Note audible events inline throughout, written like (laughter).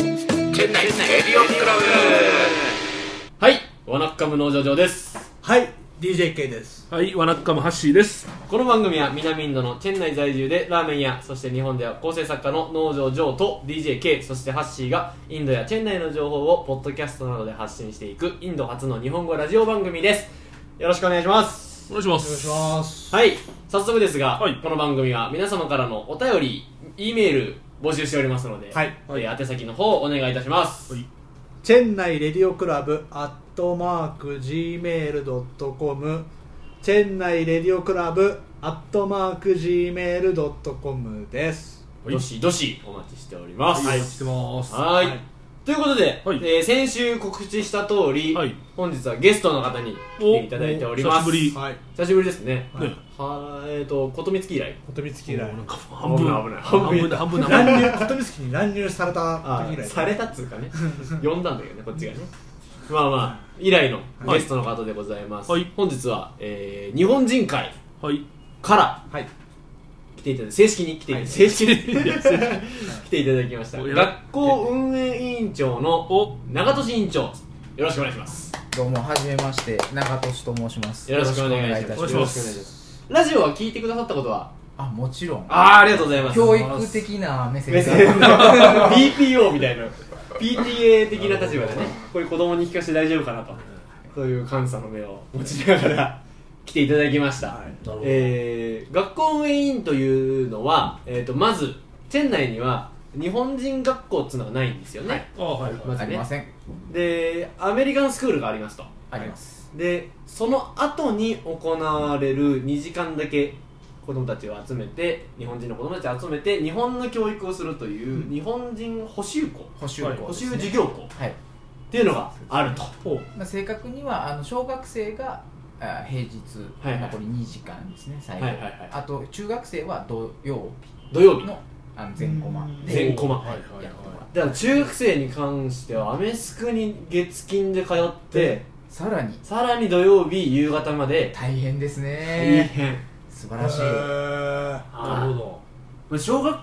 店内エリオンクラブはい、ワナッカム農場上です。はい DJK ですはい、ワナッカムハッシーです。この番組は南インドのチェン内在住でラーメン屋、そして日本では構成作家の農場上と DJK、そしてハッシーがインドやチェン内の情報をポッドキャストなどで発信していくインド初の日本語ラジオ番組です。よろしくお願いします。お願いしまお願いしす。ますはい、早速ですが、はいこの番組は皆様からのお便り、E メール募集しておりますので、はいえー宛先の方をお願いいたします。はいチェンナイレディオクラブアットマーク Gmail.com チェンナイレディオクラブアットマーク Gmail.com ですはいどしどしお待ちしております。はい、してます。はいはいということで、はいえー先週告知した通り、はい本日はゲストの方に来ていただいておりますおお久しぶりはい久しぶりですねはいねはえっ、と琴光以来琴光喜以来もうなんか半分、危ない半危分ないだ、半分だ、乱半分入だ。琴光喜に乱入されたあ時以来されたっつうかね呼んだんだけどねこっちがねまあまあ以来のゲストの方でございます、はい本日は、えー日本人会はい。からはい来ていただ正式に来て、はい正式に (laughs) 来ていただきましたお偉い学校運営委員長のお長俊委員長よろしくお願いしますどうも、はじめまして、長俊と申します。よろしくお願いします。よろしくお願いいたしよまろしくお願いしますラジオは聞いてくださったことはあ、もちろん。あーありがとうございます。教育的な目線目が線の BPO みたいな、PTA 的な立場でね、こういう子供に聞かせて大丈夫かなと、そういう監査の目を持ちながら (laughs) 来ていただきました。ほどえー学校運営委員というのは、えー、とまず、店内には日本人学校っていうのはないんですよね。あ、はい。まあずりねま。せん。で、アメリカンスクールがありますと。あります。でその後に行われる2時間だけ子供たちを集めて日本人の子供たちを集めて日本の教育をするという、日本人補習校補修はい校補です、習ね。授業校っはい。ていうのがあるとお、まあ、正確には、あの小学生があ平日、はいはい残り2時間ですね、最後。はいはいはいあと、中学生は土曜土曜日日のあの前後うん間で全コマはい、はい、やってもらはう。だから中学生に関してはアメスクに月金で通ってさらに、さらに土曜日夕方まで大変です大ね。変、素晴らしい。い。なるほまあ小学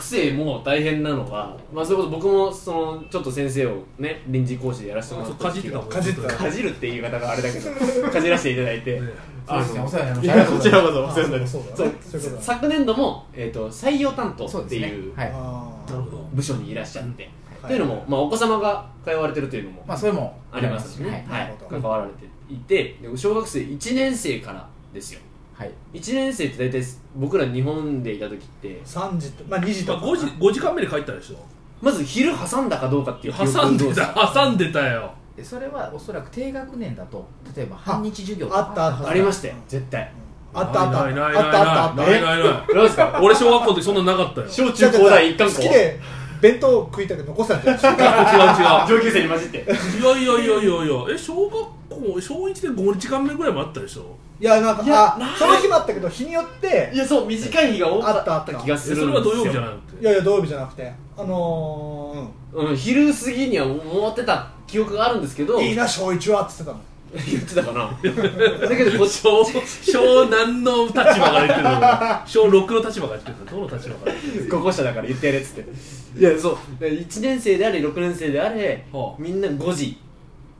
生も大変なのが、まあ、それこそ僕もそのちょっと先生をね臨時講師でやらせてもらっど。たかじっ時てがたもん。かじってたかじるっていう言い方があれだけどかじらせていただいて、ねそうですね、お世話になりまいした。あやりがとうこごち (laughs) ざいらまこそお世話になりましそうただそそうういうことだ昨年度も、えー、と採用担当す。そうってですねいう。はい。あーなるほど。部署にいらっしゃって、はいというのも、まあ、お子様が通われてるというのもまあ、それもありますしね、はい。ないはるほど関わられていてで小学生1年生からですよはい。 1年生って大体僕ら日本でいた時って3時とまあ2時まとあ、か五時、五時間目に帰ったでしょまず昼挟んだかどうかっていう記憶挟んどうでするた、挟んでたよ。でそれはおそらく低学年だと例えば半日授業とかあったあったありましたよ絶対あったあったあなっい、たない、あったあったない、ない、ない、ない。どうですか俺小学校の時そんなのなかったよ。小中高大一貫校好きで弁当食いたけど残されてた違上級生に混じってう、違う。いや、いや、いや、いや、いや、え、小学校、小一で五時間目ぐらいもあったでしょいやなんかいやあないその日もあったけど日によっていやそう短い日が多かったあったあった気がえすそるんですれよは土曜日じゃないのっいて。やいや土曜日じゃなくてあのーうん、昼過ぎには思ってた記憶があるんですけどうんいいな小一はっつってたの言ってたかなだけどこっち小小何の立場から言ってるの小6の立場から言ってるのどの立場から言ってる高校者だから言ってやれっつっていやそう1年生であれ6年生であれ、はあみんな5時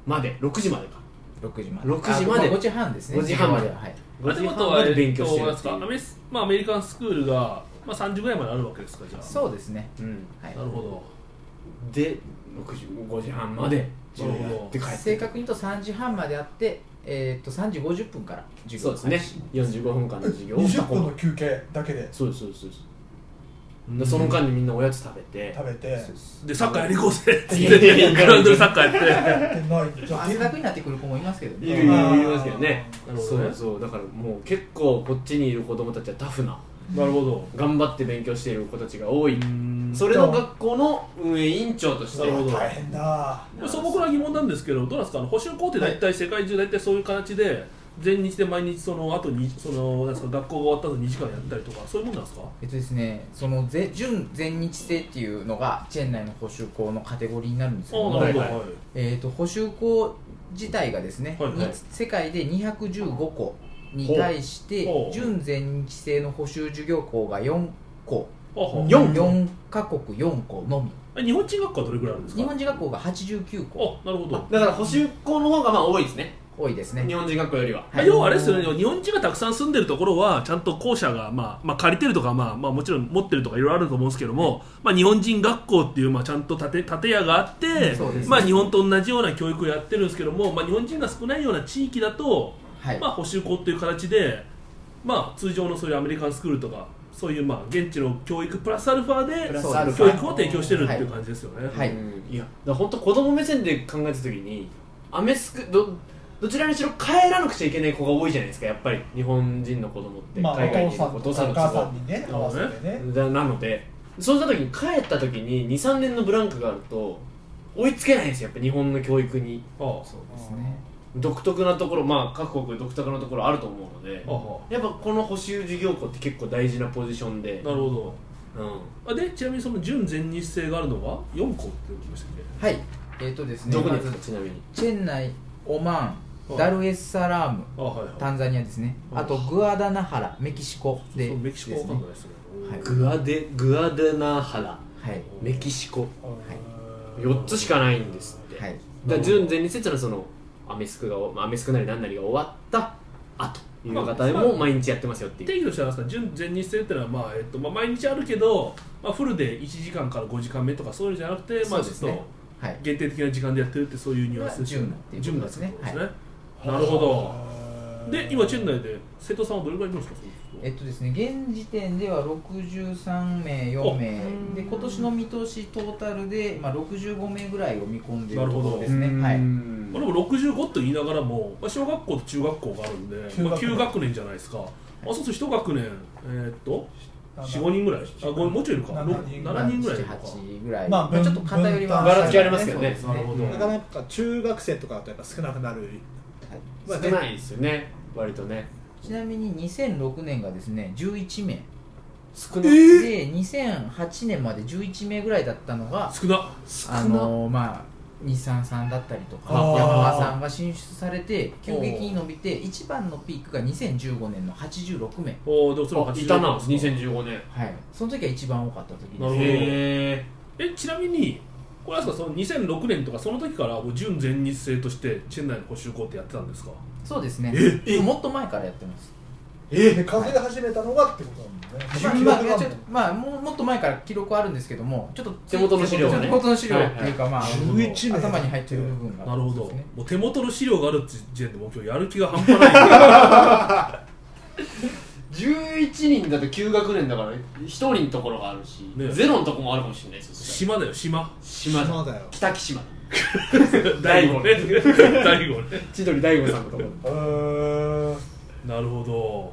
まで6時までか6時まで6時まであ5時半ですね5時半まではいの5時ってこ半とまはでえっと勉強してるっていなんうかアメスまあ、アメリカンスクールが、まあ、3時ぐらいまであるわけですかじゃあそうですねうん、はいなるほどで6時5時半まで授業やって帰って正確に言うと3時半まであってえーっと3時50分から授そう業ですね45分間の授業を20分の休憩だけでそうですそうですそうですでその間にみんなおやつ食べて食べてそうですでサッカーやりに行こうぜって (laughs) い言やっいやいやてグラウンドでサッカーやってやってないじまゃああ汗だくになってくる子もいますけどいるねいるいますけどねなるほそどねうそうだからもう結構こっちにいる子供たちはタフななるほど頑張って勉強している子たちが多いうんそれの学校の運営委員長としてなるほど大変だ素朴な疑問なんですけどどうなんですかあの補修校って大体世界中大体そういう形で全日で毎日そのあとにそのなんですか学校が終わった後2時間やったりとかそういうもんなんですかえっとですね、そのぜ準全日制っていうのがチェン内の補修校のカテゴリーになるんですけどあもあなるほどはいはいはいえー、と補修校自体がですね、はいはいに世界で215校に対してほうほう準全日制の補修授業校が4校はよん4カ国4校のみあ日本人学校はどれぐらいあるんですか日本人学校が89校あなるほどだから補修校の方がまあ多いですね多いですね日本人学校よりははい要はあれですよね、日本人がたくさん住んでるところは、ちゃんと校舎が、まあまあ、借りてるとか、まあまあ、もちろん持ってるとか、いろいろあると思うんですけども、まあ、日本人学校っていう、まあ、ちゃんと建て建屋があって、んそうですまあ、日本と同じような教育をやってるんですけども、まあ、日本人が少ないような地域だと、はいまあ、補修校っていう形で、まあ、通常のそういうアメリカンスクールとか、そういうまあ現地の教育プラスアルファでプラスそうです教育を提供してるっていう感じですよね。はいうんいやだから本当子供目線で考えた時にアメスクどどちらにしろ帰らなくちゃいけない子が多いじゃないですかやっぱり日本人の子供ってまあ、海外おにい父るさん子とお父おさんの母さ都んにねそう合わせてね合だなのでそうした時に帰った時に23年のブランクがあると追いつけないんですよやっぱ日本の教育にああそうですね独特なところまあ各国独特なところあると思うのでああやっぱこの補習事業校って結構大事なポジションで、なるほどうん、あでちなみにその準全日制があるのは4校って言いましたっけはいえっ、とですねどこまにずちなみにチェンナイオマーはいンダルエスサラームあはいはいタンザニアですねはいあとグアダナハラメキシコでそうメキシコわかんないでですねはいグアデグアデナハラすねメキシコうん4つしかないんですって、はいはいだから準前日説のそのアメスクがまあアメスクなりなんなりが終わったあという方でも毎日やってますよっていう定義としてはなんですか準全日制っていうのは、まあえっとまあ、毎日あるけど、まあ、フルで1時間から5時間目とかそういうのじゃなくて、まあ、ちょそうでっすねとはい限定的な時間でやってるってそういうニュアンスですよねまあ準のっていうことですね準のってことですねなるほどで今チェン内で生徒さんはどれぐらいいるんですかえっとですね現時点では63名4名で今年の見通しトータルで、まあ、65名ぐらいを見込んでいるところですねうんはいまあ、でも65と言いながらも、まあ、小学校と中学校があるんで、中学年まあ、9学年じゃないですか、あそうすると1学年、えーっと45人ぐらいあごもうちょいいるか7 7人人ぐらいいるか78ぐらい、まあまあ、ちょっと偏りは分ばらつきありますけどねそうですなるなかなか中学生とかだとやっぱ少なくなる、まあね少ないですよね割とねちなみに2006年がですね11名少えないーで2008年まで11名ぐらいだったのが少なあのまあ日産さんだったりとかヤあーマハさんが進出されて急激に伸びて一番のピークが2015年の86名おーでもそれあ80いたな2015年はいその時は一番多かった時ですなるほどへえちなみにこれはその2006年とかその時からもう準全日制としてチェン内の補修校ってやってたんですかそうですねえもっと前からやってますえで数え始めたのがってことなんだねま記あまあ録いなやんちだょっとまあもうもっと前から記録あるんですけどもちょっと手元の資料がね手元の資料っていうかまあ11名頭に入ってる部分がなるほど、ですねもう手元の資料があるって時点でもう今日やる気が半 (laughs) 端ない11人だと9学年だから1人のところがあるし、ねゼロのところもあるかもしれないですよ島だよ島島だ島だよ北木 (laughs) 島だ大悟ね大悟ね (laughs) 千鳥大悟さんのところうーんなるほど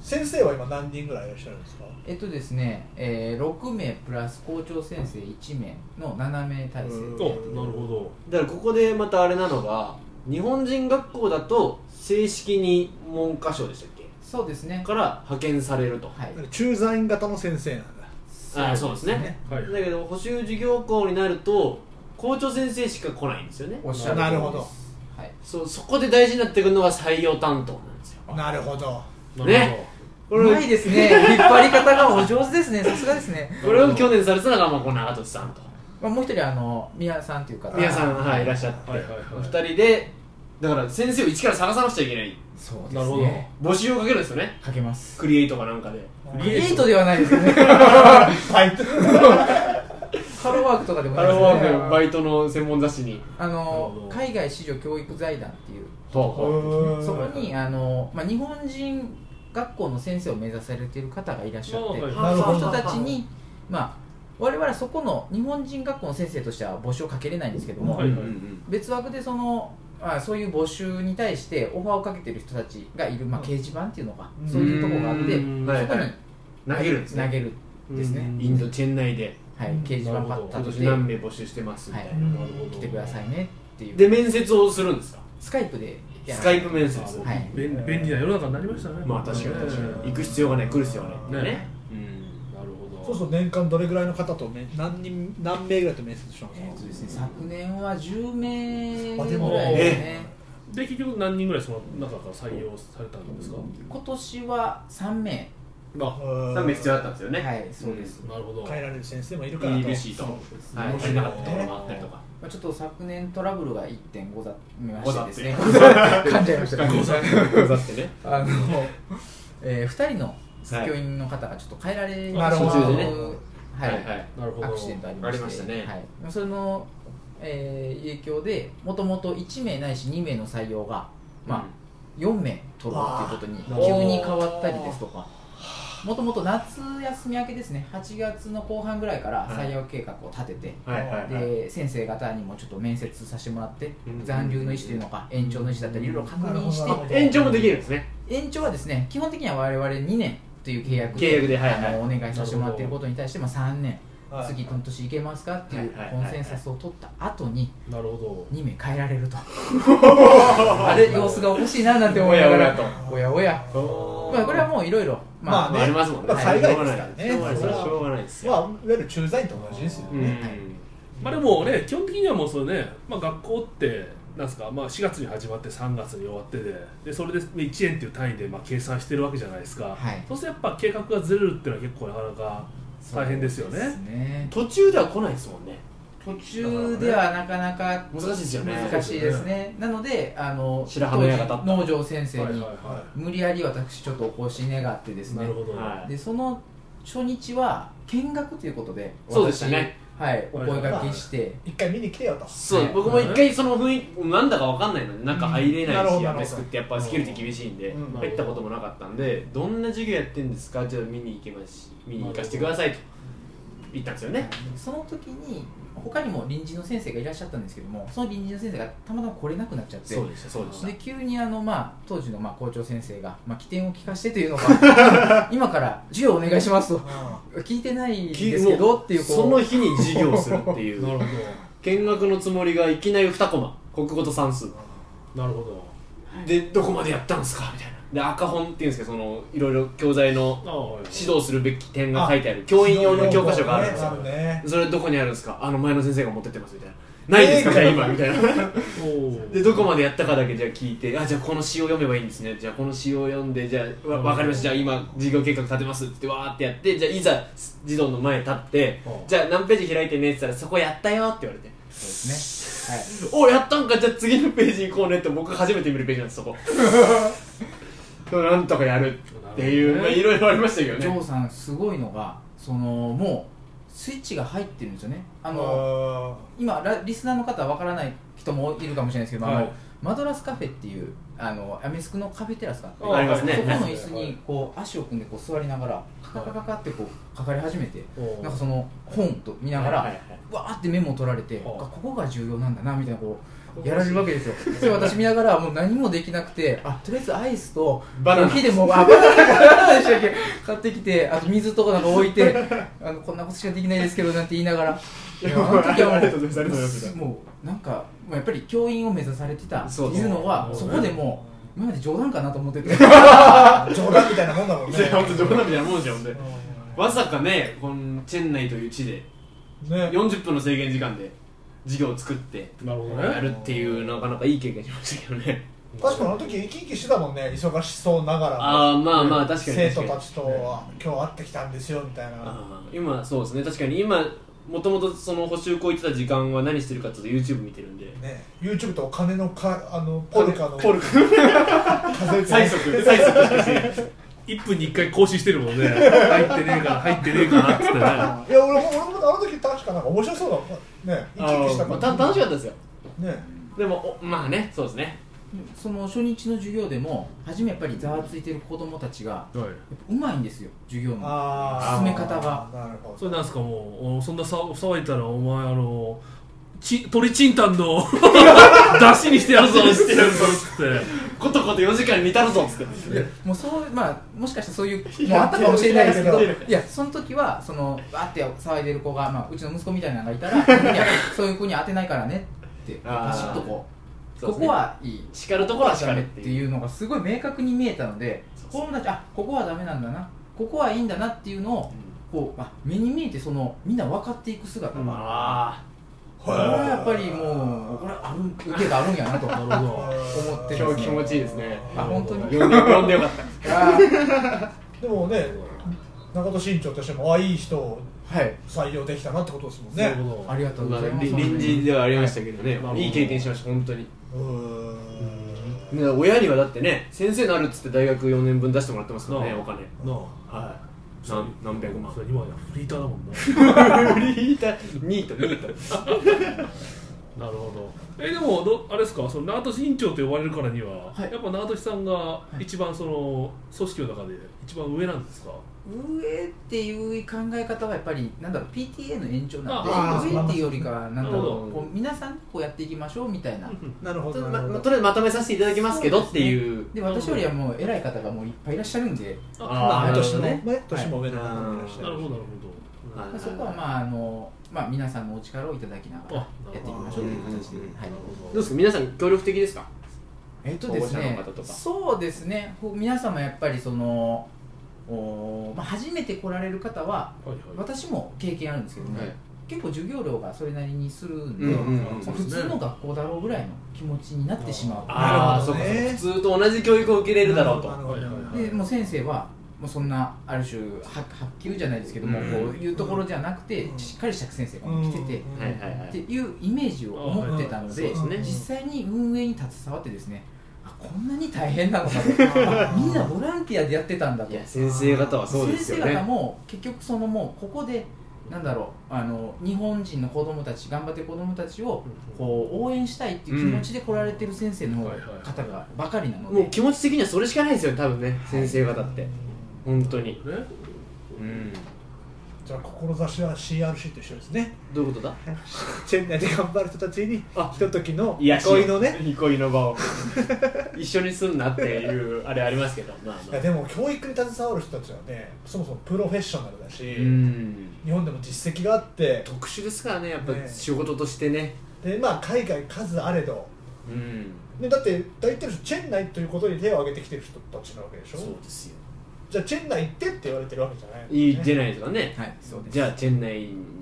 先生は今何人ぐらいいらっしゃるんですかえっとですね、えー、6名プラス校長先生1名の7名体制うんおなるほだからここでまたあれなのが日本人学校だと正式に文科省でしたっけそうですねから派遣されると、はい駐在員型の先生なんだあそうですねどはいだけど補習授業校になると校長先生しか来ないんですよねおっしゃるなる通ほりでどすはいそうそこで大事になってくるのが採用担当なんですよなるほどなるほど、ねこうまいれですね引っ張り方がお上手ですねさすがですね、これを去年されてたのがまあこの長俊さんとまあ、もう一人あの宮さんという方皆さんはいいらっしゃって、はいはいはいお二人でだから先生を一から探さなくちゃいけないそうですねなるほど募集をかけるんですよねかけますクリエイトかなんかでクリエイトではないですよね (laughs) バイトハローワークとかでもハないでロすーねワークバイトの専門雑誌にあなるほどの海外子女教育財団っていうほそこにあの、まあ、日本人学校の先生を目指されている方がいらっしゃって、あはいなるそほのど人たちに、まあ、我々はそこの日本人学校の先生としては募集をかけれないんですけども、はいはい別枠でその、まあ、そういう募集に対してオファーをかけている人たちがいる、まあ、掲示板っていうのが、うんそういうところがあって、うんそこに投げるんですね投げるですねうんインドチェン内ではい、うん掲示板パッと今立年てて、何名募集してますみたいな、はなるほ来てくださいねっていうで面接をするんですかスカイプでやらスカイプ面接あもうはい便便利な世の中になりましたねまあ確かに確ねかに行く必要がない来る必要がないねねうんなるほどそうすると年間どれぐらいの方とめ何人何名ぐらいと面接したのえーとですね、昨年は10名あでもぐらいですねで結局何人ぐらいその中から採用されたんですか今年は3名まあ、3名3必要だったんですよね、はいそうです、なるほど変えられる先生もいるからといるし、そうははいい、足りなかったところもあったりとか、まあ、ちょっと昨年トラブルが1.5だ見まごしざてっでてすね噛んじゃいましたねござってね、あの、 (laughs) えー、2人の教員の方がちょっと変えられなるほど途中でねはい、はいはいなるほどアクシデントありまあしてりましたねはい、それの、えー影響でもともと1名ないし2名の採用が、まあ、4名取るっていうことにわあ急に変わったりですとかもともと夏休み明けですね8月の後半ぐらいから採用計画を立てて、あはいはいはい、で先生方にもちょっと面接させてもらってうん残留の意思というのか延長の意思だったりいろいろ確認しなるほてど延長もできるんですね、延長はですね基本的には我々2年という契約契約ではいはいあのお願いさせてもらっていることに対して、まあ、3年はい次この年いけますかっていうはいはいはいコはいンセンサスを取った後になるほ2名変えられるとあれ様子がおかしいななんて思いながらおやおやまあこれはもういろいろままあ、あまあ、ありますもんね、まあ災害ですからねしょうがないですしょうがないですまよ、あ、いわゆる駐在員と同じですようね、んどまあでもね基本的にはもうそれね、まあ、学校ってなんすか、まあ、4月に始まって3月に終わってででそれで1円っていう単位でまあ計算してるわけじゃないですか、はいそうするとやっぱ計画がずれるっていうのは結構なかなか大変ですよねそうですね途中では来ないですもんね、途中ではなかなか難しいですよね難しいですねなのであの白羽の矢が立った当時農場先生に、はいはいは無理やり私ちょっとお越し願ってですいなねるほど、はでその初日は見学ということでそうでしたね私はいお声掛けして一回見に来てよとい、そう、はい僕も一回その雰囲気なんだかわかんないのでなんか入れないし、やうんっなるほどなるほどぱりスクってやっぱセキュリティ厳しいんで、うん入ったこともなかったんでどんな授業やってんですかじゃあ見に行けますし見に行かせてくださいと言ったんですよねその時に他にも臨時の先生がいらっしゃったんですけどもその臨時の先生がたまたま来れなくなっちゃってそうでしたそうでしたで急にあの、まあ、当時のまあ校長先生が、まあ、起点を聞かせてというのが今から授業お願いしますと聞いてないんですけどっていうこうその日に授業するって (laughs) いなるうほ見学のつもりがいきなり2コマ国語と算数どなるほどでどこまでやったんですかみたいなで赤本っていうんですけどそのいろいろ教材のああはい指導するべき点が書いてある教員用の教科書があるんですよるねそれどこにあるんですかあの前の先生が持ってってますみたいなないんですかじゃあ今みたいなおーでどこまでやったかだけじゃあ聞いてあじゃあこの詩を読めばいいんですねじゃあこの詩を読んでじゃあわわかりましたじゃあ今授業計画立てますって言ってわーってやってじゃあいざ児童の前立ってうんじゃあ何ページ開いてねって言ったらそこやったよって言われてそうですね、はいおやったんかじゃあ次のページ行こうねって僕が初めて見るページなんですそこでもなんとかやるっていう、まあ、いろいろありましたけどジョーねさんすごいのがそのもうスイッチが入ってるんですよねああのの今ラリスナーの方はわからない人もいるかもしれないですけど、あのはいマドラスカフェっていうあのアメスクのカフェテラスがあってありますねそこの椅子にこう足を組んでこう座りながらカカカカカってこうかかり始めておーなんかその本と見ながら、はいはいはいわーってメモを取られてあおここが重要なんだなみたいなこうやられるわけですよそれ私見ながらもう何もできな (laughs) くてあとりあえずアイスとバナナコーヒーでもあバナナバナナでしたっけ買ってきてあと水とかなんか置い (laughs) てあのこんなことしかできないですけどなんて言いながらいやあの時はありがとうございますありがとうございますもうもうなんかもうやっぱり教員を目指されてたってそういうのはそそうこでもう今まで冗談かなと思ってて冗談みたいなもんだもんね (laughs) いや本当冗談みたいなもんじゃんほんでまさかねこのチェンナイという地でね40分の制限時間で授業を作ってなるほどやねるっていうなかなかいい経験しましたけどね確かにあの時生き生きしてたもんね忙しそうながらああまあまあ確かに生徒確かたにちとは今日会ってきたんですよみたいなあー今そうですね確かに今もともとその補修校行ってた時間は何してるかっていうと YouTube 見てるんでね YouTube とお金のかあのポルカのポルカ (laughs) カ数えて最速最速しかしてない (laughs) 1分に1回更新してるもんね入ってねえか入ってねえかなっつってねいや俺も俺もあの時確かなんか面白そうだもんね生き生きしたあーまかあらた楽しかったですよねでもおまあねそうですねその初日の授業でも初めやっぱりざわついてる子供たちがはいやっぱうまいんですよ授業のあ進め方がなるほそどれなんすかもうおそんな騒騒いだらお前あのち鳥チンタン (laughs) の出汁にしてやるぞしてやるぞっつってことこと4時間煮たるぞっつってもうそうまあもしかしたらそういうもうあったかもしれないですけどいやいやその時はそのバーって騒いでる子が、まあ、うちの息子みたいなのがいたらいやそういう子に当てないからねってあーパシッとこうそうですこねこはいい叱るところは叱ダメるっってていういうのがすごい明確に見えたので子供たちあここはダメなんだなここはいいんだなっていうのをこうあ目に見えてそのみんな分かっていく姿が、あこれはやっぱりもうこれある受けがあるんやなと思なるほどってある今ん日です気ね持ちいいですねあ本当に呼んで呼んでよかったあーでもね中戸新長としてもああいい人をはい採用できたなってことですもんなねるほどありがとうごまあざいますり臨時ではありましたけどね、はいい、い経験しました本当にうーんね親にはだってね先生になるっつって大学4年分出してもらってますからねなあお金なはいあ何何百万それ今やフリーターだもんなフリーターニートニートなるほどえでもどあれですかその長年院長と呼ばれるからには、はいやっぱ長年さんが一番その組織の中で一番上なんですか上っていう考え方はやっぱりなんだろう PTA の延長あなあんで上っていうよりかはなんだなるほろうどこう皆さんこうやっていきましょうみたいななるほとどりなるほどあえずまとめさせていただきますけどっていうで私よりはもう偉い方がもういっぱいいらっしゃるんでまああー年のなるほどねね年も上の方もいらっしゃなるるほどなるほど、はいそこはまああのまあ皆さんのお力をいただきながらやっていきましょうという形でうんうんうんはいどうですか皆さん協力的ですかえっとです保ね護者の方とかそうですねほ皆様やっぱりそのおまあ初めて来られる方ははいはい私も経験あるんですけどね、はい結構授業料がそれなりにするんで、うんうんうんまあ普通の学校だろうぐらいの気持ちになってしまうああなるそほうどかねそうか普通と同じ教育を受けれるだろうとなるほどなるほどはでもう先生はもうそんなある種は発給じゃないですけども、うんこういうところじゃなくて、うんしっかりした先生が来てて、うんはいはいはいっていうイメージを持ってたので,、あはいはいそうです実際に運営に携わってですねあこんなに大変なのかとあみんなボランティアでやってたんだといや先生方はそうです先よ生方ねも結局そのもうここでなんだろうあの日本人の子供たち頑張ってる子供たちをこう応援したいっていう気持ちで来られてる先生の方がばかりなものうで気持ち的にはそれしかないですよ多分ね先生方って本当にねうんじゃあ志は CRC と一緒ですね (laughs) どういうことだチェン内で頑張る人たちにひあとときの憩いのね (laughs) 憩いの場を一緒にすんなっていうあれありますけどまあいまやあでも教育に携わる人たちはねそもそもプロフェッショナルだしうん日本でも実績があって特殊ですからねやっぱね仕事としてねでまあ海外数あれどうんねだって大体の人チェン内ということに手を挙げてきてる人たちなわけでしょそうですよじゃあチェン内行ってって言われてるわけじゃないのねいいじゃないですかねはいそうですじゃあチェン内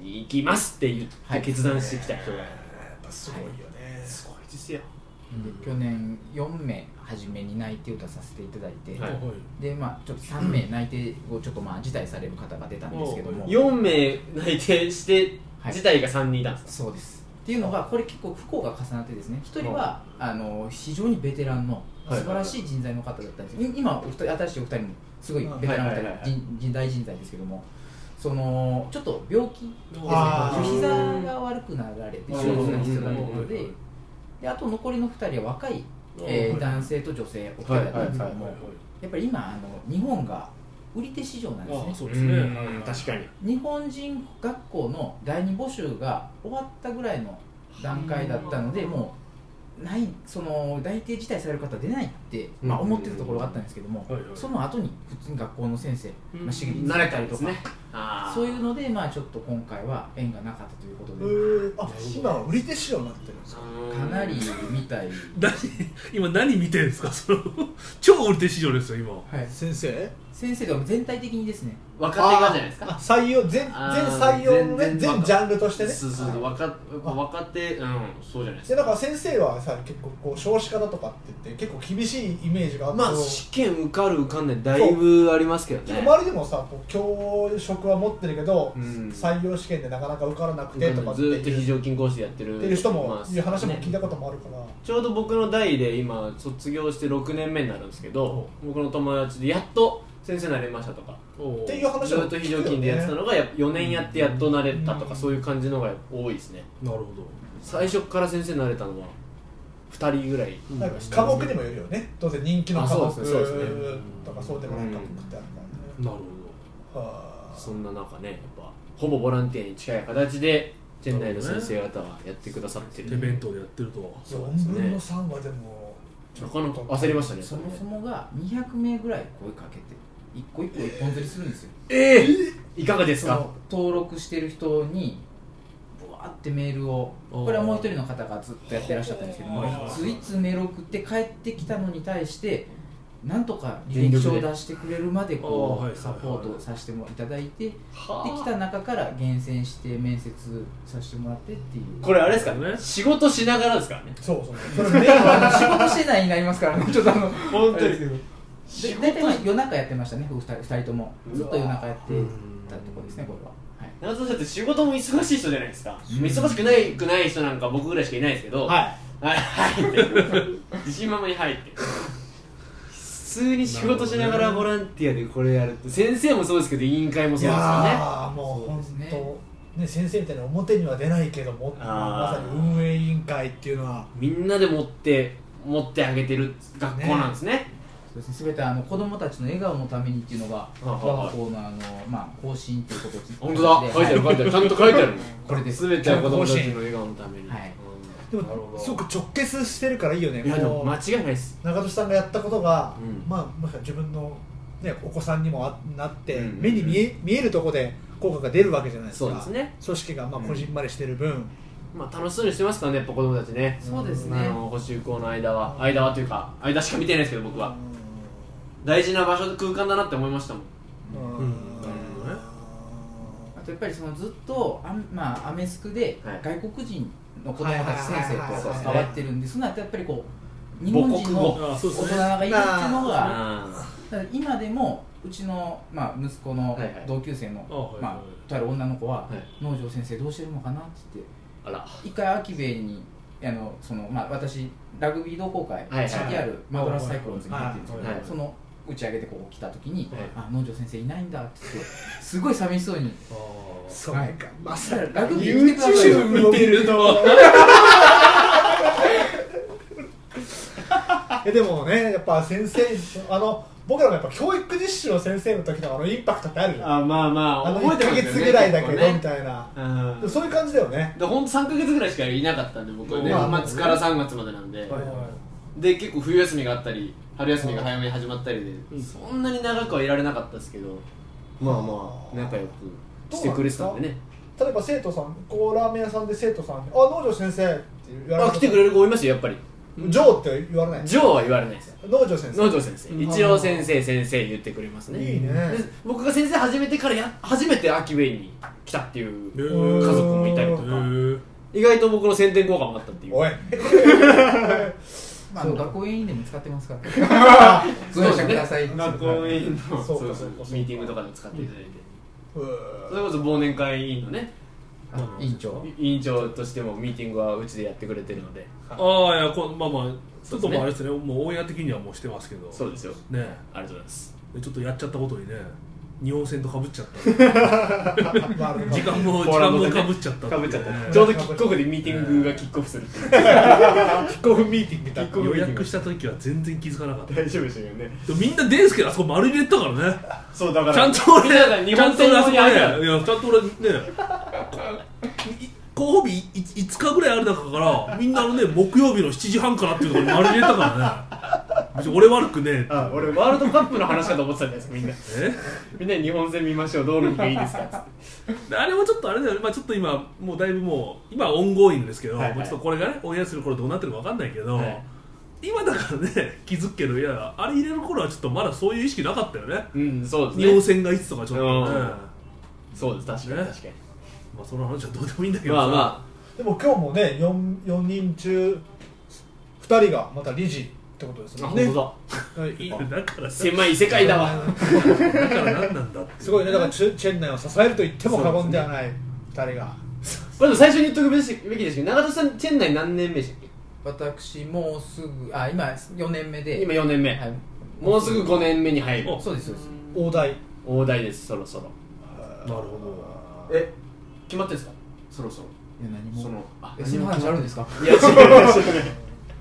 に行きますって言って決断してきた人がやっぱすごいよねすごいですよで去年4名初めに内定を出させていただいて、はいでまあちょっと3名内定をちょっとまあ辞退される方が出たんですけども4名内定してはい自体が3人いたんですかそうですっていうのがこれ結構不幸が重なってですね一人はあの非常にベテランのはい素晴らしい人材の方だったんです、い今お二人新しいお二人もすごいベテランはのいはいはいはい人人人大人材ですけどもそのちょっと病気ですねあー膝が悪くなられて手うん術が必要だったうのんうんうでんであと残りの二人は若い、えー男性と女性お二人だったんですけども、はいはいやっぱり今あの日本が売り手市場なんですあねあそうですねうんはいはい確かに日本人学校の第二募集が終わったぐらいの段階だったのでもうないその内定辞退される方出ないって、まあ、うん思ってたところがあったんですけども、はいはいその後に普通に学校の先生、うんまあ、私立慣だれったたりりととかかねあーそういうので、まあ、ちょっと今回は縁がなかったということうで、ーんあ今は売り手仕様になってるんですかかなりみたい、はい、何今何見てるんですかその超売り手市場ですよ今先生先生が全体的にですね若手がじゃないですかあ採用全全あー採用のね全全全ジャンルとしてねそうそうそう若若手うんそうじゃないですでかだから先生はさ結構こう少子化だとかって言って結構厳しいイメージがあって、まあ試験受かる受かんないだいぶありますけど結ね構周りでもさこう教職は持ってるけど、うん採用試験でなかなか受からなくてとかってずいうーっと非常勤講師でやってるっていう人もまあいう話も聞いねたこともあるから、ちょうど僕の代で今卒業して6年目になるんですけど僕の友達でやっと先生になれましたとかおっていう話ずもーっ聞くとよね非常勤でやってたのが4年やってやっとなれたとうかんそういう感じのが多いですねなるほど最初から先生になれたのは2人ぐらいなんか科目にもよるよね当然人気の科目あそうですねそうですねとかそうでもない科目ってあるからね、なるほはあそんな中ねやっぱほぼボランティアに近い形で店内の先生方はやってくださってどる手弁当でやってるとそうです4ね分の3はでもなかなか焦りましたねそれもねそもが200名ぐらい声かけて一個一個一本釣りするんですよええいかがですそかの登録してる人にぶわーってメールをおーこれはもう一人の方がずっとやってらっしゃったんですけどはもいついついメールを送って帰ってきたのに対してなんとか履歴書を全力で出してくれるまであーこはいうサポートさせてもいただいてで来はあた中から厳選して面接させてもらってっていうこれあれですかね仕事しながらですからねそうそうそれメイン (laughs) は仕事してないになりますからねちょっとあの本当にあれですけどで大体まあ夜中やってましたね、二人二人とも。ずっと夜中やってたとこですね、これは。はいなんとだって仕事も忙しい人じゃないですか、忙しくないくない人なんか僕ぐらいしかいないですけどはいはいはいって自信満々に入って普通に仕事しながらボランティアでこれやるって先生もそうですけど委員会もいそうですよねやーもう本そうですね当ね先生みたいな表には出ないけどもまあさーに運営委員会っていうのはみんなで持って持ってあげてる学校なんですねそうですね、すべてあの子供たちの笑顔のためにっていうのが、あはい我が校のあの、まあ、方針っていうことです。本当だで書いてある書いてあるちゃんと書い (laughs) てあるこれです。全ては子供たちの笑顔のために、はいでなるほもどすごく直結してるからいいよねうんいやでもこう間違いないです長年さんがやったことが、うんまあもしか自分の、ね、お子さんにもあなって、うん目に見え見えるところで効果が出るわけじゃないですかそうですね組織がまあうんこじんまりしてる分、まあ楽しそうにしてますからねやっぱ子供たちねそうですあね。の補修校の間は間はというか間しか見てないですけど僕は大事な場所空間だなって思いましたもんうんうんなるほどねあとやっぱりそのずっとあん、まあ、アメスクではい外国人の子供たち先生はいはいとはいはい関わってるんで、その後やっぱりこう、日母本国語人のあそうで大す人ねがいるっていうのが、あだから今でもうちの、まあ、息子のはいはい同級生の、あはいはいまあ、とある女の子は、はい農場先生どうしてるのかなって言っーあらて一回アキベイにあのその、まあ、私ラグビー同好会、はいはい地域あるマドラスサイクロンズに入ってるんですけど、はいはいその打ち上げでこう来た時に、はいあ農場先生いないんだって言ってすごい寂しそうにあそうか、はいまそしたさらにラグビー見てくださいよ YouTube 見てるとえでもねやっぱ先生あの僕らもやっぱ教育実習の先生の時のあのインパクトってあるじゃんああまあまあの覚え1てかますよね月ぐらいだけ結構どねみたいな、うんそういう感じだよねでほんと3か月ぐらいしかいなかったんで僕はね、まあまあ、から3月までなんで、はいはいで結構冬休みがあったり春休みが早めに始まったりで、んそんなに長くはいられなかったですけどまあまあ仲良くしてくれてたんでね例えば生徒さんこうラーメン屋さんで生徒さんに「あ農場先生」って言わあれた来てくれる子いますよやっぱりジョーって言われないジョーは言われないです農場先生農場先生うん一応先生先生言ってくれますねいいねで僕が先生始めてからや初めてアキウェイに来たっていうへうんー家族もいたりとへかー意外と僕の宣伝効果もあったっていうおいまあ、あそのうだ学校委員でも使ってますからご容赦くださいって学校委員のそうかそそううかそうミーティングとかで使っていただいて、うそーれこそ忘年会委員のねあ委員長委員長としてもミーティングはうちでやってくれてるのでああいやこまあまあちょっそとうですねもうあれですねもうオンエア的にはもうしてますけどそうですよありねがとうございますでちょっとやっちゃったことにね日本戦とかぶっちゃった (laughs) まあまあ時間も時ポーラ間ンドも戦ねかぶっちゃったかぶっちゃった、ねちょうどキックオフでミーティングがキックオフするっていうキックオフミーティングだっキッたクオフ予約した時は全然気づかなかったで大丈夫でしたよねもみんなデンスケあそこ丸入れてたからねそうだかちゃんとみんなが俺日ちゃ本んと戦俺あのそ時こにねあいるからやちゃんと俺ねい候補日い5日ぐらいある中からみんなのね木曜日の7時半からっていうところに丸入れたからね別に俺悪くねえってあ俺ワールドカップの話かと思ってたんですかみんなえみんなに日本戦見ましょうどうの日がいいですかっつってであれもちょっとあれだよね、まあ、ちょっと今、もうだいぶもう、今はオンゴーイングですけど、はいはいもうちょっとこれがね、オンエアする頃どうなってるかわかんないけど、はい今だからね、気づくけど、いや、あれ入れる頃はちょっとまだそういう意識なかったよね、 (laughs) うんそうですね日本戦がいつとかちょっとね、うんまそうです確かにね確かにあ、その話はどうでもいいんだけどまあまあ、あでも今日もね 4, 4人中2人がまた理事ってことですあもん本ね当だはいいいだからさ、狭い世界だわだから何なんだってうすごいねだからチェチェン内を支えると言っても過言ではない2人がまず最初に言っとくべきですけど長田さんチェン内何年目でしたっ私もうすぐあ今4年目けで今4年目、はい、もうすぐ5年目に入るおそうですそうです大台大台ですそろそろなるほえ決まってんすかそろそろいや何もそのあえその話あるんですかいや知らない知らない知らない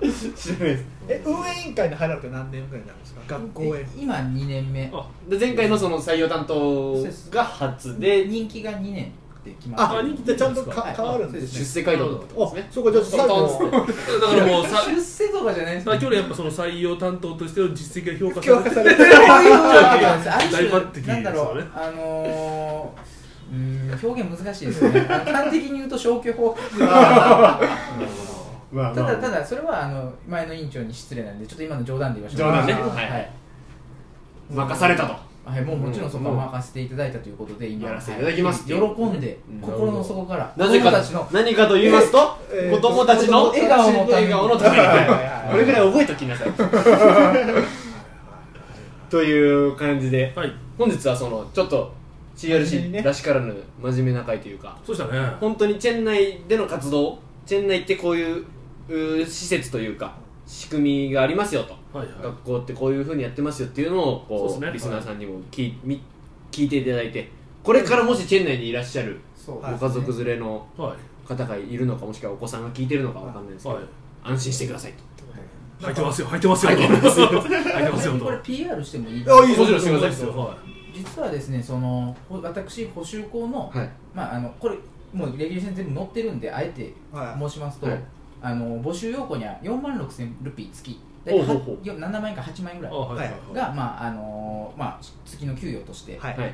ですえ運営委員会に入られて何年ぐらいになるんですか学校へえ今2年目ど。あで前回のその採用担当が初で人気が2年って決まってあ人気じゃあちゃんとはかい変わるんそうでですす出世街道だったってことですねそうかじゃあト最ン後トンっつってだからもうさ、出世とかじゃないですまあ、か去年やっぱその採用担当としての実績が評価強されて化されてそういうことなんですあ大抜る擢ですよね種なんだろうあのーうーん表現難しいです (laughs) よねあの端的に言うと消去法まあただただそれはあの前の委員長に失礼なんでちょっと今の冗談で言わせて冗談ねはいはいはい任されたとはい、もうもちろんそこはうん任せていただいたということで今やらせていただきますってい喜うんでうん心の底からなぜか子供たちの何かと言いますと、えー子供たちの子供たちの (laughs) 笑顔のためにこれぐらい覚えときなさいという感じで、はい本日はそのちょっと真面目に CRC ねらしからぬ真面目な回というかそうしたね本当にチェン内での活動チェン内ってこういううー施設というか仕組みがありますよと、はいはい学校ってこういうふうにやってますよっていうのをこそううですねリスナーさんにも聞,、い、み聞いていただいてこれからもしチェン内にいらっしゃるそうご家族連れのは方がいるのかもしくはお子さんが聞いてるのかわかんないですいけど、はい安心してくださいと履いてますよ履いてますよ履いてますよ履いてますよとこれ PR してもいいあいいもちろんしてくださいそうですよはい実はですねそのほ私補修校の、はいまああのこれもうレギュレーション全部載ってるんであえてはい申しますと、はいあの募集要項には4万6千ルピー月おう大体はほうほよ7万円か8万円ぐらいあはいはいはいが、まああのまあ、月の給与として、はいはいっ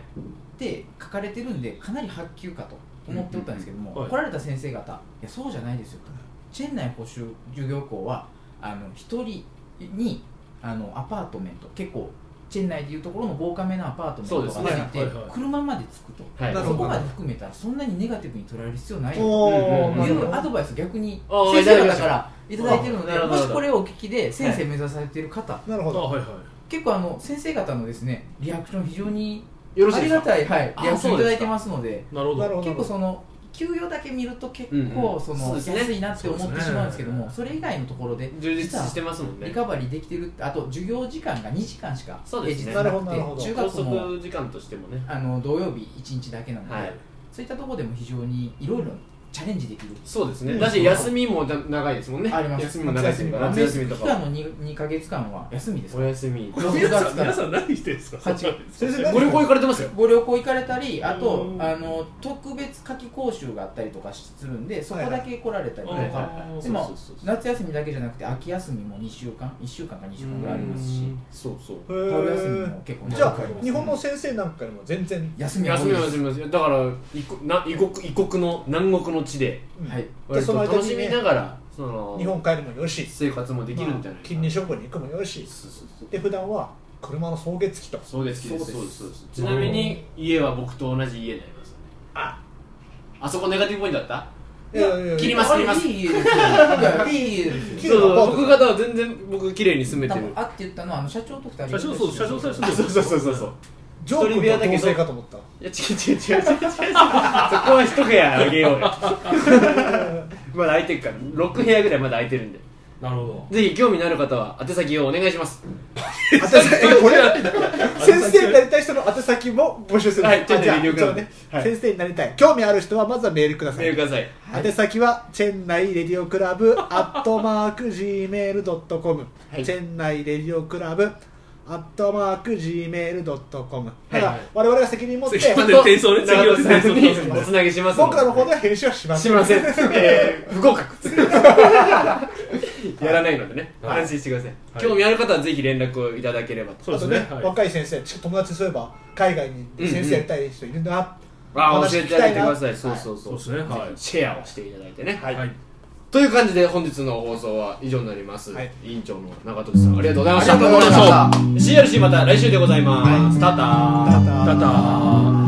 て書かれてるんでかなり発給かと思っておったんですけども、うんうんうん来られた先生方いやそうじゃないですよとチェン内補修授業校はあの1人にあのアパートメント結構チェン内でいうところの豪華めなアパートメントがついて、そうですねはいはい車までつくと、はいなるほそどこまで含めたらそんなにネガティブに取られる必要ないよおうおんとないるうアドバイス逆にあー先生方からいただいてるのなでるほどもしこれをお聞きで先生目指されてる方、なるあほどはいはい結構あの先生方のですねリアクション非常によろしあいでりすかがたい、はい、あリアクショそンうですかいただいてますのでなるほどなるほど結構その給与だけ見ると結うんう構んそそうのですね安いなって思ってしまうんですけどもそそれ以外のところで充実してはますもんねリカバリーできてるってあと授業時間が2時間しかそうですね平日ななるほくどて中拘学校も束時間としてもねあの土曜日1日だけなので、はいそういったところでも非常にいろいろチャレンジできるそうですうねんだし休みもだ長いですもんねあります休みも長いですから夏休みと期間かの 2, 2ヶ月間は休みですお休みこれ皆さん皆さん何してるんですか八月先生ご旅行行かれてますよご旅行行かれたりあとうんあの特別夏季講習があったりとかするんでそこだけ来られたりとか、はいはいあーでもそうそうそう夏休みだけじゃなくて秋休みも2週間1週間か2週間ぐらいありますしうんそうそうへ春休みーも結構じゃ長くありまあす日本の先生なんかよりも全然休みは休多いみではす休みは休みだから異国な異国異国の南国の地でうんはい割とその間にね楽しみながらその日本帰るもよし生活もできるんじゃないかなまあ金利職に行くもよしそうそうそうで普段は車の送迎付きとそうですそうですそそううでですそうですちなみに家は僕と同じ家になりますねああそこネガティブポイントだったいやいやいや切ります切りますいい家ですよいやいい家です (laughs) よ切そるうアパート僕方は全然僕綺麗に住め多てる分あって言ったのはあの社長と二人社長そう社長さん住んでるそうそうそうそうそうジョー君と同棲かと思ったいや違う違う違う違う違うそこは一部屋あげ (laughs) ようよまだ空いてるから6部屋ぐらいまだ空いてるんでなるほどぜひ興味のある方は宛先をお願いしますあたえこれ先生になりたい人の宛先も募集するはいチェン内あじゃあレディオクラブ一応ねはい先生になりたい興味ある人はまずはメールくださメールいください宛先はチェンナイレディオクラブアットマーク Gmail.com はいチェンナイレディオクラブアットマーク Gmail.com たはだい我々が責任持って責任持って転送ね長次を田さん転送におつなぎします僕らの方では編集はしませしんません、 (laughs) えー、不合格 (laughs) やらないのでね、はい安心してください、はい興味ある方はぜひ連絡をいただければとそうあでとすねねはい若い先生ち友達そういえば海外に先生やりたい人いるなあー話教え聞きてあたげいてなくださいそうそうそそううですねはシェアをしていただいてね、いはいという感じで本日の放送は以上になります、はい委員長の中戸さんありがとうございましたありがとうございました CRC また来週でございます、たたーただただ